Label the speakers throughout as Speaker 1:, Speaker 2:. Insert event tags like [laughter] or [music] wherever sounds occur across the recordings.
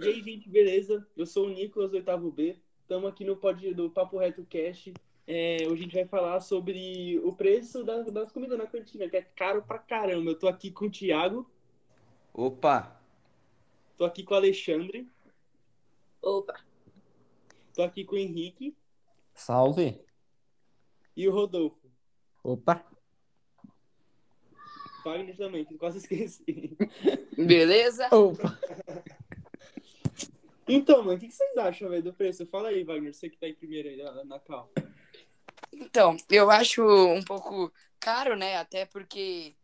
Speaker 1: E aí, gente, beleza? Eu sou o Nicolas, do oitavo B. Estamos aqui no pod do Papo Reto Cash. É, hoje a gente vai falar sobre o preço da- das comidas na cantina, que é caro pra caramba. Eu tô aqui com o Thiago,
Speaker 2: Opa!
Speaker 1: tô aqui com o Alexandre,
Speaker 3: Opa,
Speaker 1: tô aqui com o Henrique
Speaker 4: Salve.
Speaker 1: e o Rodolfo.
Speaker 4: Opa.
Speaker 1: Wagner também, que quase [laughs] esqueci.
Speaker 3: beleza?
Speaker 4: Opa.
Speaker 1: Então, mano, o que, que vocês acham, velho, do preço? Fala aí, Wagner, você que tá em primeiro aí na, na cal.
Speaker 3: Então, eu acho um pouco caro, né? Até porque.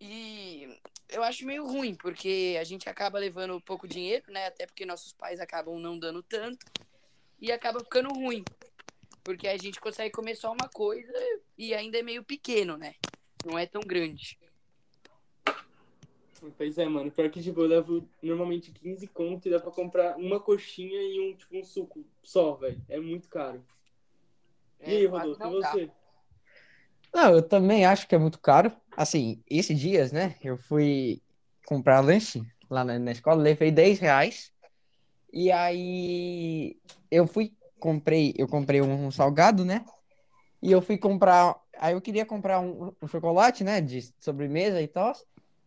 Speaker 3: E eu acho meio ruim, porque a gente acaba levando pouco dinheiro, né? Até porque nossos pais acabam não dando tanto. E acaba ficando ruim. Porque a gente consegue comer só uma coisa e ainda é meio pequeno, né? Não é tão grande.
Speaker 1: Pois é, mano, pior que, tipo, eu levo normalmente 15 conto e dá pra comprar uma coxinha e um, tipo, um suco só, velho. É muito caro.
Speaker 3: É,
Speaker 1: e aí,
Speaker 3: quase
Speaker 1: Rodolfo, e
Speaker 3: não dá.
Speaker 1: você?
Speaker 4: Não, eu também acho que é muito caro. Assim, esses dias, né? Eu fui comprar lanche lá na, na escola, levei 10 reais. E aí eu fui, comprei, eu comprei um salgado, né? E eu fui comprar. Aí eu queria comprar um, um chocolate, né? De sobremesa e tal.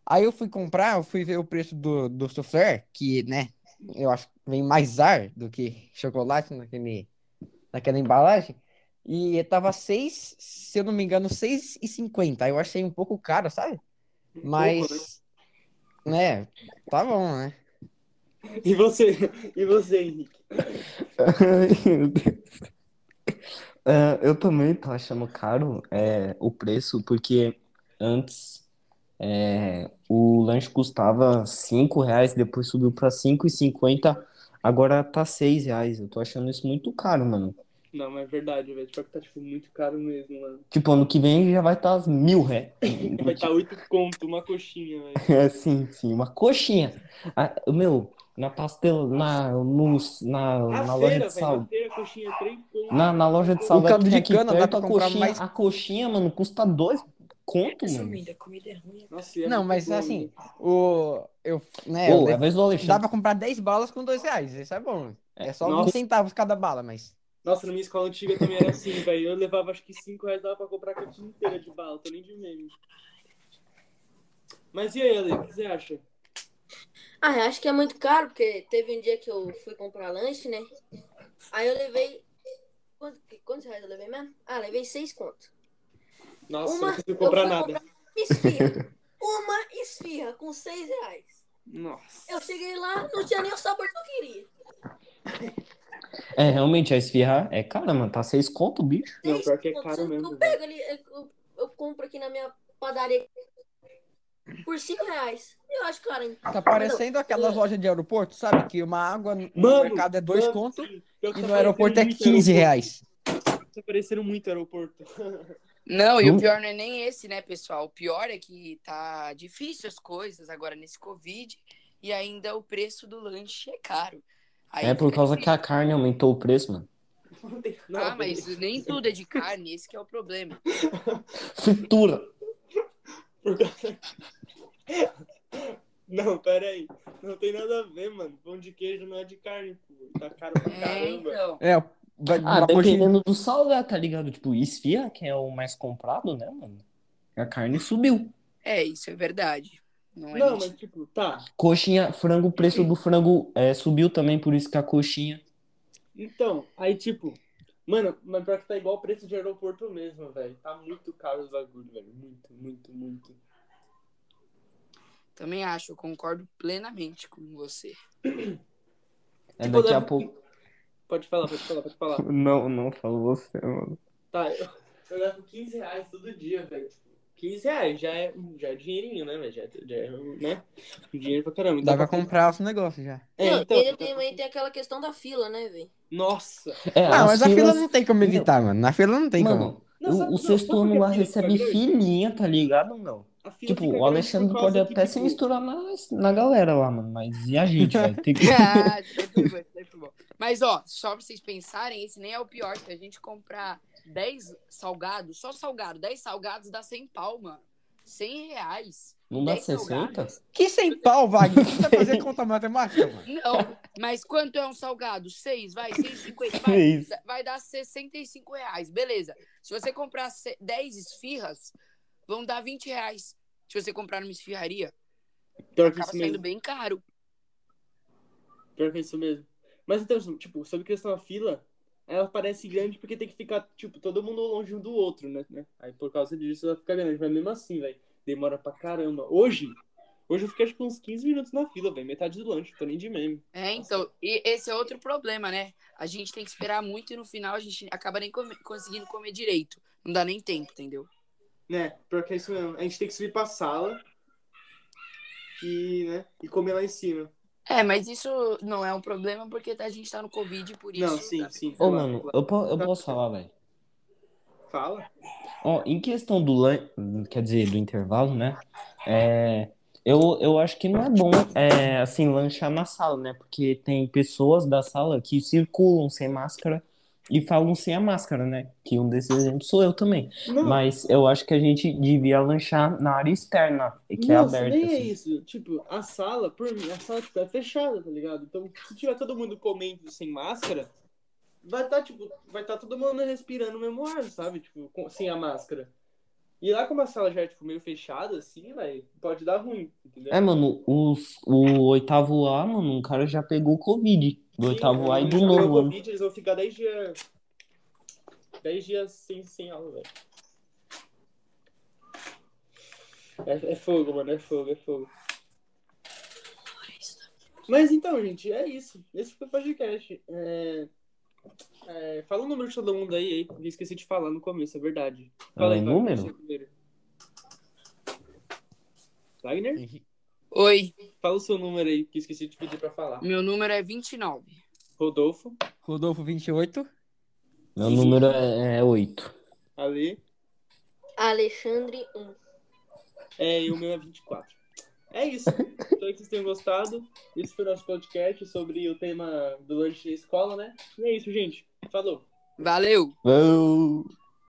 Speaker 4: Aí eu fui comprar, eu fui ver o preço do, do soufflé, que, né? Eu acho que vem mais ar do que chocolate naquele, naquela embalagem. E tava 6, se eu não me engano, 6,50. Aí eu achei um pouco caro, sabe?
Speaker 1: Um Porra,
Speaker 4: Mas. Né? Tá bom, né?
Speaker 1: né? E você, [laughs] e você, Henrique?
Speaker 5: Meu Deus. É, eu também tô achando caro é, o preço, porque antes é, o lanche custava 5 reais, depois subiu pra 5,50, agora tá 6 reais. Eu tô achando isso muito caro, mano.
Speaker 1: Não, mas é verdade, velho. Pior que tá, tipo, muito caro mesmo, mano.
Speaker 5: Tipo, ano que vem já vai estar tá mil reais.
Speaker 1: Vai estar tá 8 conto, uma coxinha, velho.
Speaker 4: [laughs]
Speaker 5: É, sim, sim, uma coxinha. Ah, meu, na pastel, na, no, na,
Speaker 1: A
Speaker 5: na loja
Speaker 1: feira,
Speaker 5: de
Speaker 1: velho, a
Speaker 5: sal.
Speaker 1: feira, coxinha, 3 conto.
Speaker 5: Na, na loja de
Speaker 4: O caldo
Speaker 5: salgado que tem
Speaker 4: de
Speaker 5: aqui
Speaker 4: cana dá
Speaker 5: perto,
Speaker 4: pra
Speaker 5: a
Speaker 4: comprar
Speaker 5: coxinha,
Speaker 4: mais-
Speaker 5: a coxinha, mano, custa dois conto, mano.
Speaker 3: comida é ruim.
Speaker 1: Nossa, e é
Speaker 4: Não,
Speaker 1: muito
Speaker 4: mas
Speaker 1: bom,
Speaker 4: assim,
Speaker 1: né?
Speaker 4: o. Eu, né, eu
Speaker 5: Ô, é a
Speaker 4: levo-
Speaker 5: vez do
Speaker 4: dá
Speaker 5: Alexandre.
Speaker 4: pra comprar 10 balas com 2 reais. Isso é bom. É só
Speaker 1: Nossa.
Speaker 4: 20 centavos cada bala, mas.
Speaker 1: Nossa, na minha escola antiga também era assim, [laughs] velho. Eu levava acho que 5 reais dava pra comprar a cantina inteira de bala, tô nem de meme. Mas e aí, Ale, o que você acha?
Speaker 6: Ah, eu acho que é muito caro, porque teve um dia que eu fui comprar lanche, né? Aí eu levei. Quanto- Quantos reais eu levei mesmo? Ah, levei seis contos.
Speaker 1: Nossa,
Speaker 6: Uma-
Speaker 1: não consegui
Speaker 6: eu
Speaker 1: comprar
Speaker 6: fui
Speaker 1: nada.
Speaker 6: Esfirra. Uma esfirra com seis reais.
Speaker 1: Nossa.
Speaker 6: Eu cheguei lá, não tinha nem o sabor que eu queria.
Speaker 5: É, realmente, a esfirra é cara, mano. Tá seis conto, bicho.
Speaker 1: Não,
Speaker 6: Seis
Speaker 1: pior que é
Speaker 6: contos,
Speaker 1: caro
Speaker 6: sendo que
Speaker 1: mesmo,
Speaker 6: Eu
Speaker 1: velho.
Speaker 6: pego ali, eu, eu compro aqui na minha padaria por cinco reais. Eu acho caro, hein?
Speaker 4: Tá parecendo aquelas lojas de aeroporto, sabe? Que uma água no
Speaker 1: Mano,
Speaker 4: mercado é 2
Speaker 1: mano,
Speaker 4: conto
Speaker 1: sim. Pior que
Speaker 4: e
Speaker 1: tá
Speaker 4: no aeroporto é
Speaker 1: parecendo muito
Speaker 4: 15
Speaker 1: aeroporto.
Speaker 4: reais.
Speaker 1: Tá parecendo muito aeroporto.
Speaker 3: Não, e
Speaker 5: Hum.
Speaker 3: o pior não é nem esse, né, pessoal? O pior é que tá difícil as coisas agora nesse Covid e ainda o preço do lanche é caro. Aí
Speaker 5: É por
Speaker 3: fica
Speaker 5: causa que
Speaker 3: difícil.
Speaker 5: a carne aumentou o preço, mano.
Speaker 1: Não tem
Speaker 3: Ah,
Speaker 1: nada.
Speaker 3: mas nem tudo é de carne, esse que é o problema.
Speaker 5: Fritura.
Speaker 1: Por causa- [laughs] Não, pera aí. Não tem nada a ver, mano. Pão de queijo não é de carne, pô. Tá caro pra
Speaker 3: É,
Speaker 1: caramba.
Speaker 3: então.
Speaker 4: É, vai-
Speaker 5: Ah,
Speaker 4: uma coxinha.
Speaker 5: dependendo do salgado, tá ligado? Tipo, esfirra, que é o mais comprado, né, mano? A carne subiu.
Speaker 3: É, isso é verdade. Não é
Speaker 1: Não,
Speaker 3: mentira.
Speaker 1: mas tipo, tá.
Speaker 5: Coxinha, frango, o preço do frango é, subiu também, por isso que a coxinha.
Speaker 1: Então, aí tipo. Mano, mas pior que tá igual o preço de aeroporto mesmo, velho. Tá muito caro os bagulho, velho. Muito, muito, muito.
Speaker 3: Também acho, eu concordo plenamente com
Speaker 5: [laughs]
Speaker 3: você. [laughs]
Speaker 5: É
Speaker 1: Tipo,
Speaker 5: daqui a
Speaker 1: leva-
Speaker 5: pouco.
Speaker 1: Pode falar, pode falar, pode falar.
Speaker 5: Não, não falou você, mano.
Speaker 1: Tá, eu, eu levo 15 reais todo dia, velho. Tipo, 15 reais já é, já é dinheirinho, né, velho? Já, é- já é, né? Dinheiro pra caramba. Então,
Speaker 4: Dá pra comprar os negócios já.
Speaker 1: É,
Speaker 6: não,
Speaker 1: então,
Speaker 6: e ainda tem, tem aquela questão da fila, né, velho?
Speaker 1: Nossa!
Speaker 5: É,
Speaker 4: Ah,
Speaker 5: as
Speaker 4: mas a fila
Speaker 5: filas-
Speaker 4: não tem como evitar, mano. Na fila não tem como.
Speaker 5: Mano,
Speaker 1: Não,
Speaker 5: o,
Speaker 1: sabe-
Speaker 5: o
Speaker 1: não, sabe
Speaker 5: sexto
Speaker 1: por que
Speaker 5: ano lá
Speaker 1: a fila fica
Speaker 5: recebe
Speaker 1: grande?
Speaker 5: filhinha, tá ligado, meu?
Speaker 1: A fila
Speaker 5: Tipo,
Speaker 1: fica
Speaker 5: o
Speaker 1: grande
Speaker 5: Alexandre
Speaker 1: por
Speaker 5: pode
Speaker 1: causa que,
Speaker 5: até se
Speaker 1: tipo,
Speaker 5: misturar na, na galera lá, mano. Mas e a gente, velho?
Speaker 1: [laughs]
Speaker 5: Tem que-
Speaker 3: Ah, isso foi bom, isso foi bom. Mas, ó, só pra vocês pensarem, esse nem é o pior. Se a gente comprar 10 salgados, só salgado, 10 salgados dá 100 pau, mano. 100 reais.
Speaker 5: Não dá
Speaker 3: Dez
Speaker 1: né?
Speaker 5: 60?
Speaker 4: Que sem pau, Wagner? Você vai fazer conta matemática, mano?
Speaker 3: Não, mas quanto é um salgado?
Speaker 1: [laughs]
Speaker 3: Seis, vai, 6,50.
Speaker 5: Que
Speaker 3: Vai,
Speaker 5: isso?
Speaker 3: vai dar 65 reais, beleza. Se você comprar se- 10 esfirras, vão dar 20 reais. Se você comprar numa esfirraria,
Speaker 1: Pior que
Speaker 3: acaba
Speaker 1: isso
Speaker 3: saindo
Speaker 1: mesmo.
Speaker 3: bem caro.
Speaker 1: Pior que é isso mesmo. Mas então, tipo, sobre questão da fila, ela parece grande porque tem que ficar, tipo, todo mundo longe um do outro, né? né? Aí por causa disso ela fica grande. Mas mesmo assim, velho, demora pra caramba. Hoje, hoje eu fiquei acho que uns 15 minutos na fila, velho. Metade do lanche, tô nem de meme.
Speaker 3: É, então, e esse é outro problema, né? A gente tem que esperar muito e no final a gente acaba nem come- conseguindo comer direito. Não dá nem tempo, entendeu?
Speaker 1: Né, pior que é isso mesmo. A gente tem que subir pra sala e, né, e comer lá em cima.
Speaker 3: É, mas isso não é um problema porque a gente tá no Covid, por isso.
Speaker 1: Não, sim,
Speaker 3: tá-
Speaker 1: sim.
Speaker 5: Ô,
Speaker 1: claro,
Speaker 5: mano,
Speaker 1: claro.
Speaker 5: eu, po- eu posso falar, velho.
Speaker 1: Fala.
Speaker 5: Ó, em questão do lanche, quer dizer, do intervalo, né? É, eu, eu acho que não é bom, é, assim, lanchar na sala, né? Porque tem pessoas da sala que circulam sem máscara e falam sem a máscara, né? Que um desses exemplos sou eu também.
Speaker 1: Não,
Speaker 5: Mas eu acho que a gente devia lanchar na área externa, que é
Speaker 1: Não,
Speaker 5: aberta,
Speaker 1: nem é
Speaker 5: assim.
Speaker 1: isso. Tipo, a sala, por mim, a sala tá fechada, tá ligado? Então, [laughs] se tiver todo mundo comendo sem máscara, vai tá, tipo, vai tá todo mundo respirando o mesmo ar, sabe? Tipo, com- sem a máscara. E lá como a sala já é, tipo, meio fechada, assim, velho, pode dar ruim, entendeu?
Speaker 5: É, mano, os, o oitavo A, mano, um cara já pegou Covid. Do oitavo A e do
Speaker 1: Se tiver
Speaker 5: nono ano.
Speaker 1: Covid, eles vão ficar 10 dias... 10 dias sem, sem aula, velho. É, é fogo, mano, é fogo, é fogo. Mas então, gente, é isso. Esse foi o podcast. É... é, Fala o número de todo mundo aí, aí, porque eu esqueci de falar no começo, é verdade. Fala
Speaker 5: É,
Speaker 1: aí,
Speaker 5: número?
Speaker 1: você primeiro. Wagner,
Speaker 3: Oi,
Speaker 1: fala o seu número aí, que eu esqueci de pedir pra falar.
Speaker 3: meu número é 29.
Speaker 1: Rodolfo,
Speaker 4: Rodolfo 28.
Speaker 5: Meu número é, é 8.
Speaker 1: Ale,
Speaker 6: Alexandre 1.
Speaker 1: É, e o meu é 24. É isso. Espero que vocês tenham gostado. Esse foi o nosso podcast sobre o tema do lanche na escola, né? E é isso, gente. Falou.
Speaker 3: Valeu!
Speaker 5: Uou!